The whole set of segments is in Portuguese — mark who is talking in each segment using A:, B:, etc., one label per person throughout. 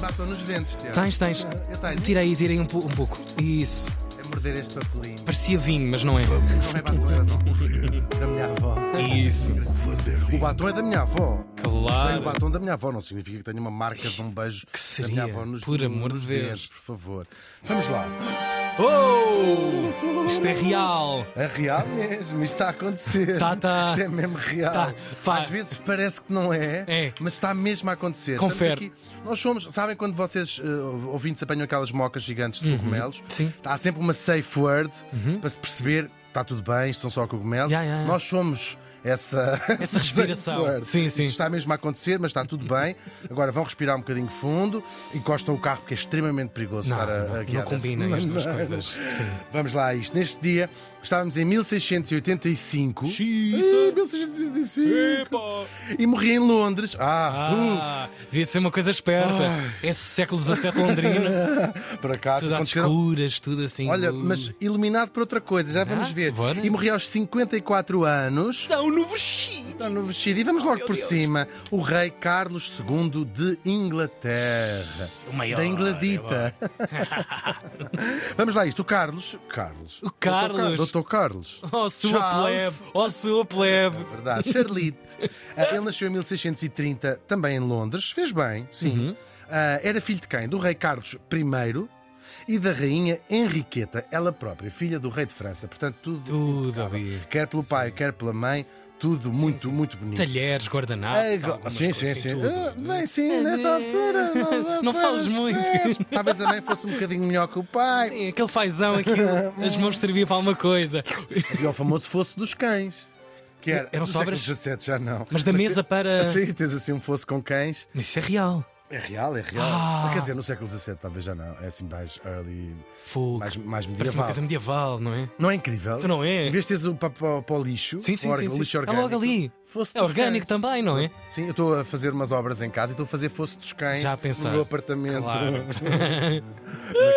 A: Batam nos dentes, Tiago.
B: Tens, tens.
A: Eu tenho.
B: Tira aí, tira aí um, po- um pouco. Isso.
A: É morder este papelinho.
B: Parecia vinho, mas não é.
A: Não é batom, é batom. Da minha avó.
B: Isso.
A: O batom é da minha avó. Sei o
B: Claro.
A: batom da minha avó, não significa que tenha uma marca de um beijo
B: Que
A: da
B: seria,
A: minha avó nos,
B: por amor
A: nos
B: de Deus.
A: dentes, por favor. Vamos lá.
B: Oh! Isto é real.
A: É real mesmo, isto está a acontecer.
B: Tá, tá.
A: Isto é mesmo real.
B: Tá, pá.
A: Às vezes parece que não é,
B: É.
A: mas está mesmo a acontecer. Estamos
B: Confere.
A: aqui- nós somos, sabem quando vocês eh, ouvintes apanham aquelas mocas gigantes de cogumelos?
B: Uhum. Sim. Uhum.
A: Há sempre uma safe word para se perceber está tudo bem, isto são só cogumelos.
B: Ya, ya, ya.
A: Nós somos. Essa, safe
B: respiração.
A: word.
B: Sim,
A: Isto
B: sim.
A: está mesmo a acontecer, mas está tudo bem. Agora vão respirar um bocadinho fundo, encostam o carro porque é extremamente perigoso
B: Não,
A: estar a, a
B: não, não
A: guiar dessa
B: combinam as duas
A: maneira.
B: coisas. Sim.
A: Vamos lá a isto. Neste dia estávamos em 1685.
B: Xiça.
A: Ah, 1685. E morri em Londres. Ah,
B: Ah, devia ser uma coisa esperta. Esse século XVII londrino,
A: uh, por acaso
B: tudo às
A: aconteceu.
B: escuras, tudo assim.
A: Olha,
B: uh.
A: mas iluminado por outra coisa, já vamos ver.
B: Né? bora.
A: E morri aos 54 anos.
B: Está um novo shit.
A: Está no vestido. E vamos logo
B: meu
A: por
B: Deus.
A: cima. O rei Carlos II de Inglaterra.
B: O maior, é
A: Da Ingladita. vamos lá a isto. O Carlos. Carlos. O
B: Carlos.
A: Doutor Carlos.
B: Oh, sua
A: Charles.
B: plebe. Oh, sua plebe.
A: Verdade, Charlotte. Ah, ele nasceu em 1630, também em Londres. Fez bem, sim.
B: Uhum.
A: Ah, era filho de quem? Do rei Carlos I e da rainha Henriqueta, ela própria, filha do rei de França. Portanto, tudo,
B: Tudo
A: impecável.
B: ali.
A: Quer pelo pai, quer pela mãe, tudo muito, muito bonito.
B: Talheres, guardanapos,
A: Agora-
B: algumas
A: sim, sim,
B: coisas, assim,
A: sim.
B: tudo.
A: Ah, bem, sim, nesta
B: Ah,
A: altura.
B: não
A: foi
B: fales muito.
A: espécie. Talvez a mãe fosse um bocadinho melhor que o pai.
B: Sim, aquele fazão, aquilo, as mãos serviam para alguma coisa.
A: E o famoso fosse dos cães. Que era,
B: Eram
A: do
B: sobras?
A: século XVII, já não.
B: Mas da mesa
A: te-
B: para-
A: Sim, tens assim um fosse com cães.
B: Mas isso é real.
A: É real, é real.
B: Ah!
A: Quer dizer, no século XVII talvez já não. É assim mais early,
B: Fogo.
A: mais, mais medieval.
B: Parece uma coisa medieval, não é?
A: Não é incrível?
B: Tu não é?
A: Em vez de teres o para, para, para o lixo,
B: Sim, sim,
A: o,
B: sim,
A: orga-
B: sim.
A: lixo
B: É
A: orgânico,
B: logo ali.
A: Fosse
B: É
A: dos
B: orgânico
A: cães.
B: também, não é?
A: Sim, eu estou a fazer umas obras em casa e estou a fazer fosse dos cães
B: Já a pensar.
A: no meu apartamento
B: Claro.
A: na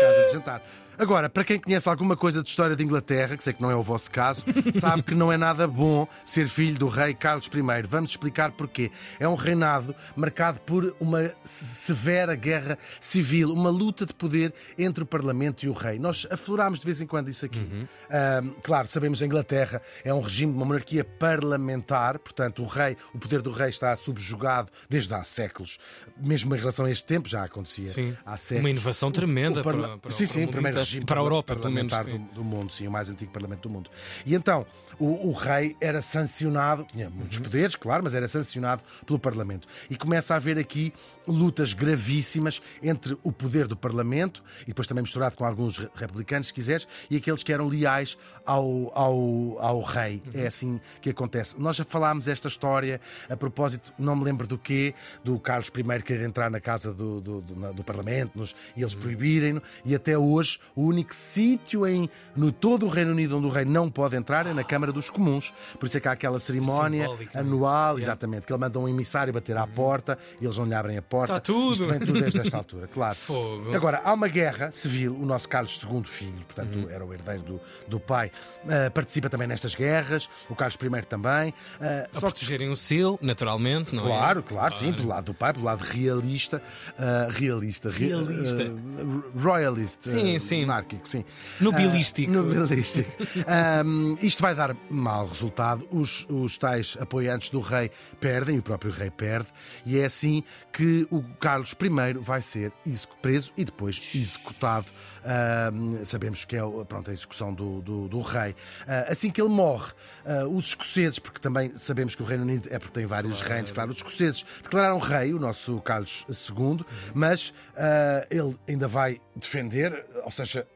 A: casa de jantar. Agora, para quem conhece alguma coisa de história de Inglaterra, que sei que não é o vosso caso, sabe que não é nada bom ser filho do rei Carlos I. Vamos explicar porquê. É um reinado marcado por uma se- severa guerra civil, uma luta de poder entre o Parlamento e o rei. Nós aflorámos de vez em quando isso aqui. Ahm, claro, sabemos que a Inglaterra é um regime de uma monarquia parlamentar, portanto, o rei, o poder do rei está subjugado desde há séculos. Mesmo em relação a este tempo, já acontecia
B: Sim.
A: há séculos.
B: Uma inovação tremenda
A: O parla-
B: para, para,
A: sim,
B: para o
A: sim,
B: mundo
A: primeiro
B: inteiro.
A: regime
B: para a Europa, pelo menos.
A: parlamentar do,
B: sim.
A: do mundo, sim, o mais antigo parlamento do mundo. E então, o, o rei era sancionado, tinha
B: Uhum.
A: muitos poderes, claro, mas era sancionado pelo parlamento. E começa a haver aqui lutas gravíssimas entre o poder do parlamento, e depois também misturado com alguns re- republicanos, se quiseres, e aqueles que eram leais ao, ao, ao rei.
B: Uhum.
A: É assim que acontece. Nós já falámos esta história, a propósito, não me lembro do quê, do Carlos I querer entrar na casa do, do, do- na- do Parlamento nos- e
B: Uhum.
A: eles proibirem-no, e até hoje o único sítio em no todo o Reino Unido onde o rei não pode entrar é na Câmara dos Comuns. Por isso é que há aquela cerimónia
B: Simbólico, não é?
A: anual, exatamente, que ele manda um emissário bater à porta e eles não lhe abrem a porta.
B: Está Tá tudo.
A: Isto vem tudo desde esta altura, claro.
B: Fogo.
A: Agora, há uma guerra civil, o nosso Carlos II filho, portanto,
B: Uhum.
A: era o herdeiro do, do pai, ah, participa também nestas guerras, o Carlos I também. ah,
B: A
A: só que
B: protegerem o seu, naturalmente, não é?
A: Claro, claro, sim, do lado do pai, do lado realista, ah, realista, re-
B: Realista.
A: ah, royalist,
B: Sim,
A: ah,
B: sim.
A: monárquico, sim.
B: Nobilístico.
A: Ah, nobilístico. Ahm, isto vai dar mau resultado, os, os tais apoiantes do rei perdem, e o próprio rei perde, e é assim que o Carlos I vai ser execu- preso e depois executado. Ahm, sabemos que é o- pronto, a execução do, do- do rei. Ah, assim que ele morre, ah, os escoceses, porque também sabemos que o Reino Unido é porque tem vários reinos, claro, os escoceses declararam rei, o nosso Carlos II, mas ah, ele ainda vai defender, ou seja,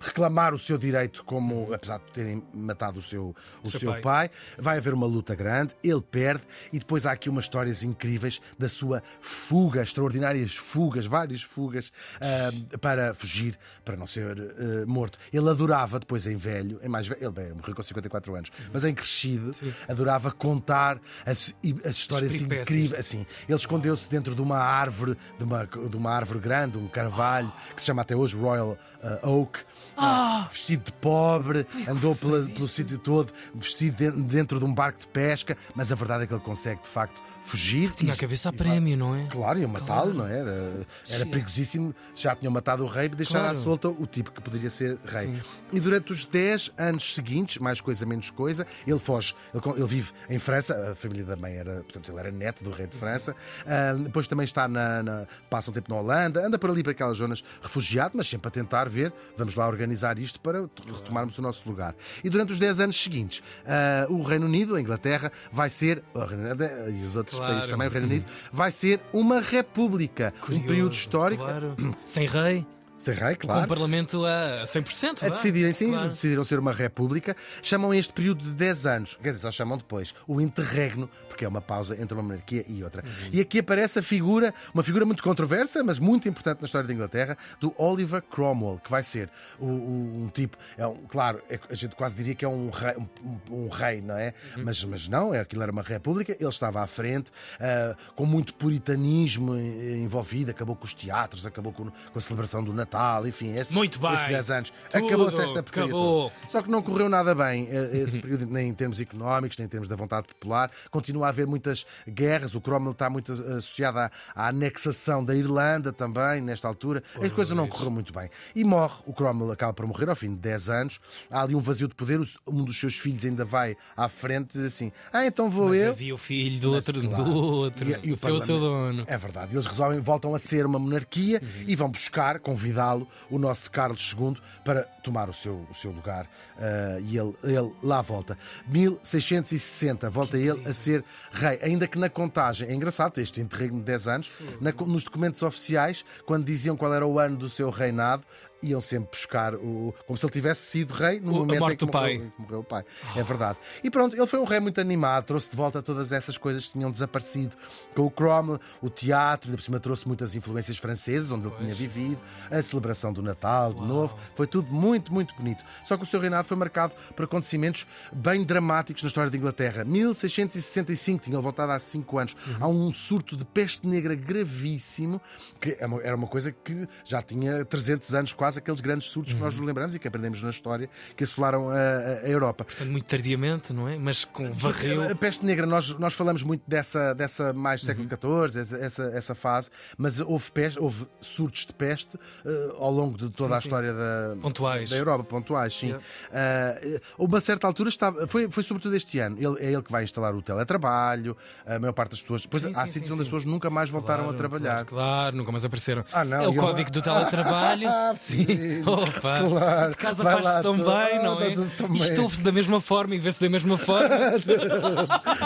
A: reclamar o seu direito como apesar de terem matado o seu o
B: Seu
A: seu,
B: pai.
A: pai. vai haver uma luta grande ele perde e depois há aqui umas histórias incríveis da sua fuga extraordinárias fugas várias fugas ah, para fugir para não ser ah, morto ele adorava depois em velho em mais velho ele bem, morreu com 54 anos mas em crescido adorava contar as, e- as histórias
B: peripécias.
A: incríveis assim ele escondeu-se dentro de uma árvore de uma, de uma árvore grande um carvalho que se chama até hoje Royal ah, Oak Ah, vestido de pobre, andou pela- pelo sítio todo, vestido de- dentro de um barco de pesca, mas a verdade é que ele consegue, de facto, fugir.
B: Tinha
A: e-
B: a cabeça a
A: e-
B: prémio, não é?
A: Claro, iam matá-lo, não é? era? Era perigosíssimo. Se já tinham matado o rei, deixar à
B: Claro.
A: solta o tipo que poderia ser rei.
B: Sim.
A: E durante os 10 anos seguintes, mais coisa, menos coisa, ele foge. Ele, con- ele vive em França, a família da mãe era, portanto, ele era neto do rei de França. Ah, depois também está na, na- passa um tempo na Holanda, anda por ali para aquelas zonas refugiado, mas sempre a tentar ver, vamos lá organizar isto para t- retomarmos o nosso lugar. E durante os 10 anos seguintes, ah, o Reino Unido, a Inglaterra, vai ser, a Reino Unido é, e os outros
B: Claro.
A: países também, o Reino Unido, vai ser uma república. um
B: Curioso,
A: período histórico.
B: claro. Sem rei,
A: Sem rei,
B: com
A: claro.
B: o Parlamento a 100%.
A: A
B: vá.
A: decidirem, sim,
B: Claro.
A: decidiram ser uma república. Chamam este período de 10 anos, quer dizer, só chamam depois o interregno, porque é uma pausa entre uma monarquia e outra. E aqui aparece a figura, uma figura muito controversa, mas muito importante na história da Inglaterra, do Oliver Cromwell, que vai ser o- o- um tipo, é um- claro, é- a gente quase diria que é um rei, um- um- um rei, não é? Mas, mas não, é, aquilo era uma república, ele estava à frente, ah, com muito puritanismo eh, envolvido, acabou com os teatros, acabou com, com a celebração do Natal, enfim, é esses,
B: Muito bem.
A: esses 10 anos.
B: Tudo,
A: Acabou-se esta porcaria
B: acabou.
A: toda. Só que não correu nada bem eh, esse período, nem em termos económicos, nem em termos da vontade popular. Continua a haver muitas guerras. O Cromwell está muito eh, associado à, à anexação da Irlanda também, nesta altura. a coisa não correu muito bem. E morre. O Cromwell acaba por morrer ao fim de 10 anos. Há ali um vazio de poder. O- Um dos seus filhos ainda vai à frente e diz assim: Ah, então vou
B: Mas é
A: eu.
B: havia o filho do
A: Mas,
B: outro,
A: claro.
B: do outro,
A: E- e o
B: seu, seu dono.
A: parlamento- É verdade. Eles resolvem, voltam a ser uma monarquia e vão buscar, convidá-lo, o nosso Carlos II, para tomar o seu, o seu lugar. Ah, e ele, ele lá volta. 1660, volta ele a ser rei. Ainda que na contagem, é engraçado este interregno de 10 anos, na co- nos documentos oficiais, quando diziam qual era o ano do seu reinado, iam sempre buscar o. como se ele tivesse sido rei no
B: O- a
A: momento
B: morte
A: em que
B: do
A: morreu-
B: pai.
A: que morreu o pai. É verdade. E pronto, ele foi um rei muito animado, trouxe de volta todas essas coisas que tinham desaparecido. Com o Cromwell, o teatro, ainda por cima trouxe muitas influências francesas, onde ele tinha vivido, a celebração do Natal, de novo. Foi tudo muito, muito bonito. Só que o seu reinado foi marcado por acontecimentos bem dramáticos na história da Inglaterra. 1665, tinha ele voltado há cinco anos, há um surto de peste negra gravíssimo, que é uma- era uma coisa que já tinha 300 anos, quase aqueles grandes surtos que nós nos lembramos e que aprendemos na história, que assolaram a- a- a Europa.
B: Portanto, muito tardiamente, não é? Mas com
A: A
B: varreu.
A: peste negra, nós, nós falamos muito dessa, dessa mais do século
B: Uhum.
A: XIV, essa, essa, essa fase, mas houve, peste, houve surtos de peste eh, ao longo de toda
B: Sim,
A: a
B: sim.
A: história da,
B: Pontuais.
A: da Europa, pontuais, sim. Ah, eh, a uma certa altura, estava, foi, foi sobretudo este ano, ele, é ele que vai instalar o teletrabalho, a maior parte das pessoas. Depois
B: Sim,
A: há
B: sim,
A: sítios onde
B: sim,
A: as
B: sim.
A: pessoas nunca mais voltaram a trabalhar.
B: Claro, claro, nunca mais apareceram.
A: Ah, não,
B: é o
A: eu-
B: código do teletrabalho.
A: Ah, filho.
B: sim. Opa.
A: Claro.
B: De casa
A: Vai
B: faz-se
A: lá,
B: tão
A: tu.
B: bem, não
A: Ah,
B: é?
A: tá tudo tão
B: E
A: bem.
B: Estou-se da mesma forma e vê-se da mesma forma.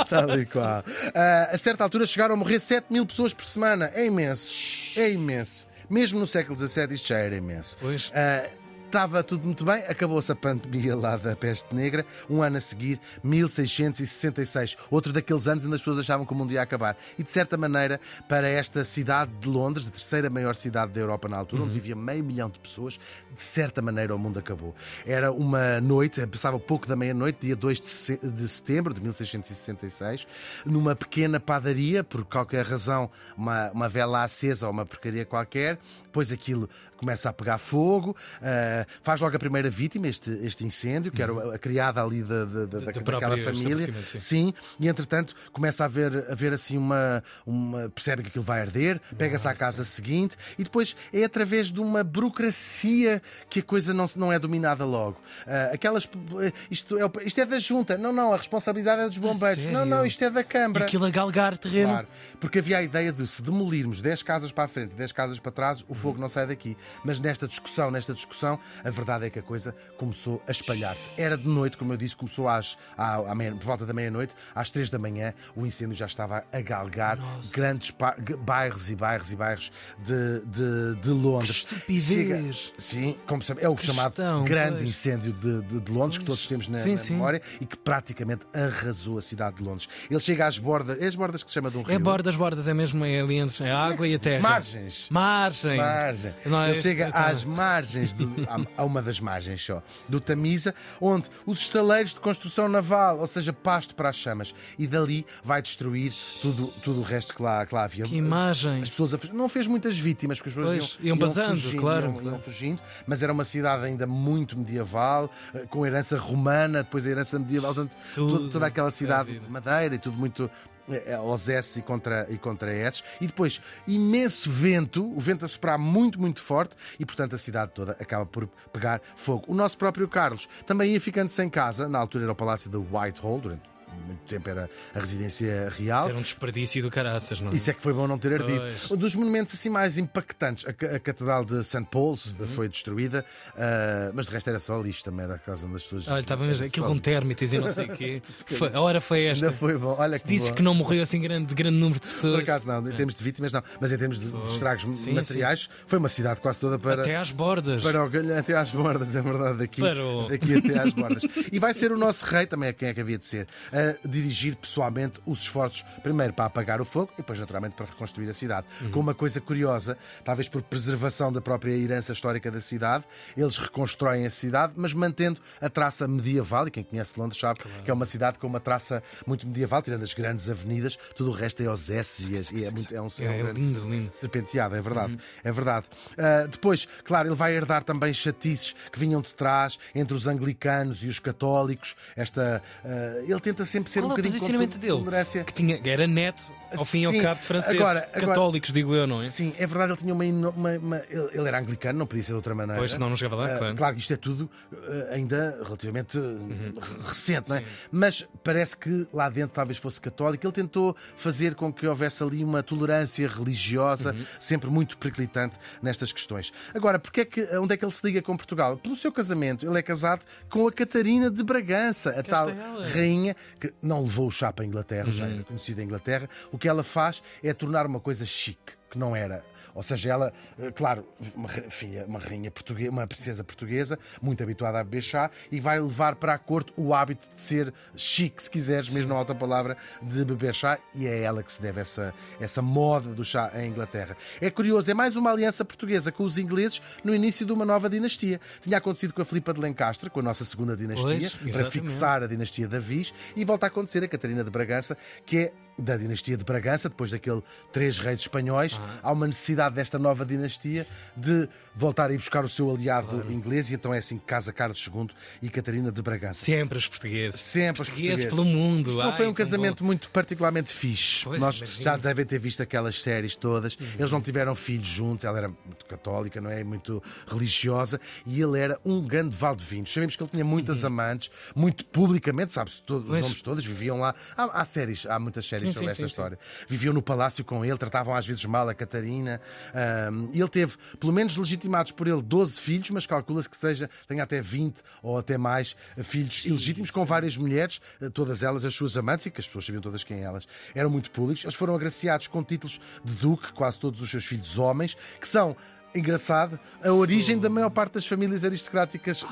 A: Tal e qual. Ah, a certa altura chegaram a morrer 7 mil pessoas por semana. É imenso. É imenso. Mesmo no século XVII isto já era imenso.
B: Pois.
A: Ah, Estava tudo muito bem, acabou-se a pandemia lá da peste negra, um ano a seguir, 1666, outro daqueles anos onde as pessoas achavam que o mundo ia acabar. E de certa maneira, para esta cidade de Londres, a terceira maior cidade da Europa na altura, onde vivia meio milhão de pessoas, de certa maneira o mundo acabou. Era uma noite, eh, passava pouco da meia-noite, dia 2 de se- de setembro de 1666, numa pequena padaria, por qualquer razão, uma, uma vela acesa ou uma porcaria qualquer, depois aquilo começa a pegar fogo, ah, faz logo a primeira vítima, este, este incêndio, que era a- a criada ali da, da, da, da,
B: do
A: daquela
B: próprio
A: família.
B: Uhum. estabelecimento, sim.
A: Sim, e entretanto começa a haver, a ver assim uma, uma. percebe que aquilo vai arder, pega-se à casa seguinte e depois é através de uma burocracia que a coisa não, se- não é dominada logo. Ah, aquelas. eh, Isto é, o- isto é da junta, não, não, a responsabilidade é dos bombeiros, não,
B: sério?
A: não, isto é da
B: E
A: Câmara.
B: aquilo a galgar terreno.
A: Claro, porque havia a ideia de se demolirmos 10 casas para a frente e 10 casas para trás, o fogo não sai daqui. Mas nesta discussão, nesta discussão, a verdade é que a coisa começou a espalhar-se. Era de noite, como eu disse, começou às, à, à meia- por volta da meia-noite, às 3 da manhã, o incêndio já estava a galgar grandes pa- g- bairros e bairros e bairros de, de, de Londres.
B: Que estupidez!
A: sim, como sabe, é o chamado
B: questão,
A: grande
B: pois.
A: incêndio de, de- de Londres, que todos temos na,
B: Sim,
A: na
B: sim.
A: memória e que praticamente arrasou a cidade de Londres. Ele chega às bordas, é as bordas que se chama de um rio.
B: É bordas, bordas, é mesmo é ali entre a água e a terra.
A: Margens.
B: Margem.
A: Margem.
B: Não é-
A: Ele chega
B: eu tava-
A: às margens, do- a- a uma das margens só, do Tamisa, onde os estaleiros de construção naval, ou seja, pasto para as chamas, e dali vai destruir tudo, tudo o resto que lá, que lá havia.
B: Que imagem.
A: As pessoas a fugir- não fez muitas vítimas, porque as pessoas
B: Pois,
A: iam,
B: iam basando,
A: fugindo,
B: claro,
A: iam-
B: claro.
A: iam fugindo, mas era uma cidade ainda muito medieval, eh, com herança romana, depois a herança medieval, portanto,
B: Tudo, é
A: toda, toda aquela cidade
B: vida.
A: de madeira e tudo muito eh, aos S e contra, e contra S. E depois, imenso vento, o vento a soprar muito, muito forte e, portanto, a cidade toda acaba por pegar fogo. O nosso próprio Carlos também ia ficando sem casa, na altura era o Palácio de Whitehall, durante muito tempo era a residência real.
B: Isso era um desperdício do caraças, não é?
A: Isso é que foi bom não ter ardido.
B: Pois.
A: Um dos monumentos assim mais impactantes, a, ca- a Catedral de St. Paul's eh,
B: Uhum.
A: foi destruída, ah, mas de resto era só lixo também, era a casa das pessoas.
B: Olha, estava mesmo
A: era
B: aquilo
A: é só-
B: com térmites e não sei o quê. Foi- a hora foi esta.
A: Ainda foi bom, olha
B: Se
A: que
B: dizes
A: bom.
B: que não morreu assim grande, grande número de pessoas.
A: Por acaso não, em termos de vítimas não, mas em termos de, de estragos
B: Sim,
A: materiais, foi uma cidade quase toda para.
B: Até às bordas.
A: Para o galho, até às bordas, é verdade, daqui,
B: Para o-
A: daqui até às bordas. E vai ser o nosso rei, também é quem é que havia de ser, a dirigir pessoalmente os esforços, primeiro para apagar o fogo e depois, naturalmente, para reconstruir a cidade.
B: Uhum.
A: Com uma coisa curiosa, talvez por preservação da própria herança histórica da cidade, eles reconstroem a cidade, mas mantendo a traça medieval, e quem conhece Londres sabe que é uma cidade com uma traça muito medieval, tirando as grandes avenidas, tudo o resto é aos S e, as- e é, muito, é um,
B: É, é
A: um grande
B: lindo, lindo.
A: serpenteado, é verdade.
B: Uhum.
A: É verdade. Ah, depois, claro, ele vai herdar também chatices que vinham de trás entre os anglicanos e os católicos. Esta, ah, ele tenta sempre ser
B: Qual
A: um
B: é o
A: bocadinho
B: posicionamento
A: contra-
B: dele?
A: tolerância.
B: Que tinha, era neto, ao fim e ao
A: Sim,
B: cabo, de franceses.
A: agora- agora-
B: católicos, digo eu, não é?
A: Sim, é verdade, ele tinha uma. eno- uma- uma- ele, ele era anglicano, não podia ser de outra maneira.
B: Pois, senão não chegava lá,
A: Ah,
B: claro. Uhum.
A: Claro que isto é tudo ah, ainda relativamente ah, recente, não é? Mas parece que lá dentro talvez fosse católico. Ele tentou fazer com que houvesse ali uma tolerância religiosa,
B: Uhum.
A: sempre muito periclitante nestas questões. Agora, porque é que, onde é que ele se liga com Portugal? Pelo seu casamento. Ele é casado com a Catarina de Bragança, a tal
B: ela. é Uhum.
A: rainha que não levou o chá para a Inglaterra, já era conhecida em Inglaterra. O que ela faz é tornar uma coisa chique, que não era. Ou seja, ela, eh, claro, uma ra- filha, uma rainha portuguesa, uma princesa portuguesa, muito habituada a beber chá, e vai levar para a corte o hábito de ser chique, se quiseres, mesmo na alta palavra, de beber chá, e é a ela que se deve essa, essa moda do chá em Inglaterra. É curioso, é mais uma aliança portuguesa com os ingleses no início de uma nova dinastia. Tinha acontecido com a Filipa de Lencastre, com a nossa segunda dinastia, para
B: exatamente.
A: fixar a dinastia de Avis e volta a acontecer a Catarina de Bragança, que é da dinastia de Bragança, depois daquele três reis espanhóis,
B: Ah.
A: há uma necessidade desta nova dinastia de voltar a ir buscar o seu aliado inglês e então é assim que casa Carlos II e Catarina de Bragança.
B: Sempre os portugueses.
A: Sempre os
B: portugueses
A: portugueses.
B: pelo mundo.
A: Isto não
B: Ai,
A: foi um
B: tão
A: casamento muito particularmente fixe.
B: Pois,
A: Nós
B: imagino. Uhum.
A: já devem ter visto aquelas séries todas. Eles não tiveram filhos juntos, ela era muito católica, não é? E Muito religiosa, e ele era um grande valdevinho. Sabemos que ele tinha muitas amantes, muito publicamente, sabe-se todos, os
B: Uhum. Pois.
A: nomes todos, viviam lá. Há, há séries, há muitas séries
B: Sim,
A: sobre
B: sim,
A: essa
B: sim,
A: história. Viviam no palácio com ele, tratavam às vezes mal a Catarina. ahm, e ele teve, pelo menos legitimados por ele, 12 filhos, mas calcula-se que seja, tenha até 20 ou até mais eh, filhos ilegítimos com várias mulheres, eh, todas elas as suas amantes, e que as pessoas sabiam todas quem elas eram muito públicos. Eles foram agraciados com títulos de duque, quase todos os seus filhos homens, que são. Engraçado, a origem da maior parte das famílias aristocráticas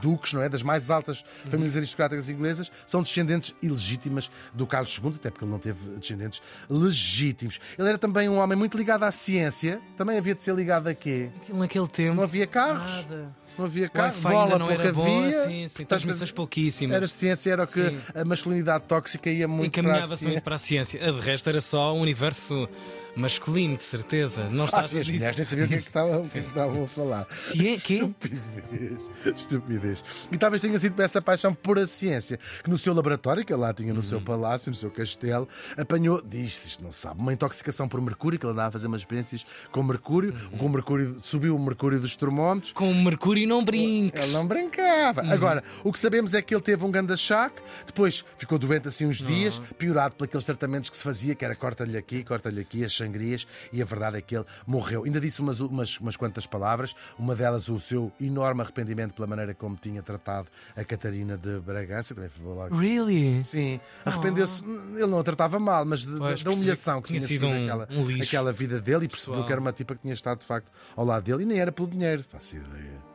A: duques, não é? Das mais altas famílias
B: Uhum.
A: aristocráticas inglesas, são descendentes ilegítimas do Carlos II, até porque ele não teve descendentes legítimos. Ele era também um homem muito ligado à ciência, também havia de ser ligado a quê?
B: bom. Aquilo Naquele tempo.
A: Não havia carros.
B: Nada.
A: Não havia
B: O
A: carro,
B: Wi-Fi
A: bola
B: ainda não
A: pouca
B: era bom,
A: havia.
B: sim, sim.
A: portanto,
B: Transmissões pouquíssimas.
A: era ciência, era o que
B: Sim.
A: a masculinidade tóxica ia muito para a
B: Encaminhava-se muito
A: ciência.
B: para a ciência. De resto, era só um universo masculino, de certeza. Não
A: Ah,
B: estás
A: sim,
B: a
A: as
B: dizer.
A: mulheres nem sabiam o que é que estavam, o que é que estavam a falar.
B: Cien- quê?
A: Estupidez, estupidez. E talvez tenha sido por essa paixão por a ciência, que no seu laboratório, que ele lá tinha no seu palácio, no seu castelo, apanhou, diz-se, isto não se sabe, uma intoxicação por mercúrio, que ele andava a fazer umas experiências com mercúrio, com o mercúrio, subiu o mercúrio dos termómetros,
B: Com o Mercúrio não brinques.
A: Ele não brincava. Agora, o que sabemos é que ele teve um grande achaque, depois ficou doente assim uns dias, piorado por aqueles tratamentos que se fazia, que era corta-lhe aqui, corta-lhe aqui, as sangrias, e a verdade é que ele morreu. Ainda disse umas, umas, umas quantas palavras, uma delas o seu enorme arrependimento pela maneira como tinha tratado a Catarina de Bragança, que também foi logo.
B: Really?
A: Sim, arrependeu-se. Ele não a tratava mal, mas de-
B: Ah. Pois,
A: da
B: percebi
A: humilhação que
B: que
A: tinha
B: tinha
A: sido
B: sido um-
A: aquela,
B: um lixo
A: aquela vida dele e percebeu
B: pessoal.
A: que era uma tipa que tinha estado de facto ao lado dele e nem era pelo dinheiro. Faço ideia.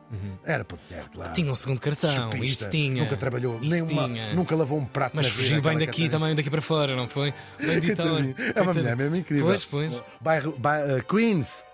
A: Era pelo dinheiro, claro.
B: Uhum. Tinha um segundo cartão.
A: Chupista.
B: Isso tinha.
A: Nunca trabalhou,
B: Isso
A: nem uma,
B: tinha.
A: nunca lavou um prato
B: Mas
A: na vida,
B: fugiu bem
A: aquela É
B: daqui
A: Catarina.
B: também, daqui para fora, não foi? Bem
A: Coitadinha. É uma mulher mesmo incrível.
B: Pois, pois.
A: Bairro, ba- eh, Queens.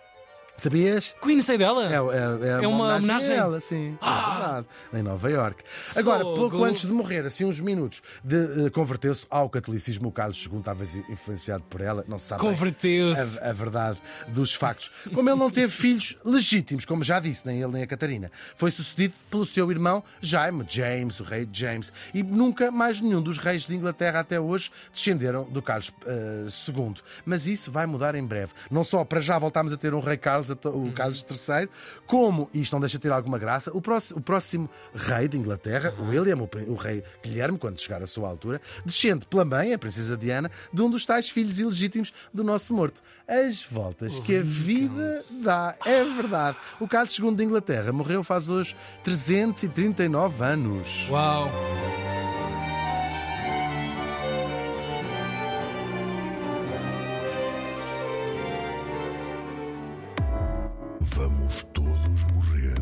A: Sabias?
B: Queen sei dela?
A: É, é-
B: É uma homenagem? Ah!
A: a ela, sim. É verdade. Em Nova Iorque. Agora,
B: Fogo.
A: pouco antes de morrer, assim uns minutos, de- eh, converteu-se ao catolicismo. O Carlos II estava influenciado por ela, não se sabe. bem
B: Converteu-se.
A: a, a verdade dos factos. Como ele não teve filhos legítimos, como já disse, nem ele nem a Catarina, foi sucedido pelo seu irmão Jaime, James, o rei James, e nunca mais nenhum dos reis de Inglaterra até hoje descenderam do Carlos eh, II. Mas isso vai mudar em breve. Não só para já voltarmos a ter um rei Carlos, a to- o Carlos III, como, e isto não deixa de ter alguma graça, o próximo, o próximo rei de Inglaterra, William, o, pri- o rei Guilherme, quando chegar à sua altura, descende pela mãe, a princesa Diana, de um dos tais filhos ilegítimos do nosso morto. As voltas que a vida dá, é verdade. O Carlos II de Inglaterra morreu faz hoje 339 anos.
B: Uau.
C: Vamos todos morrer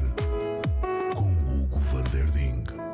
C: com Hugo Van der Ding.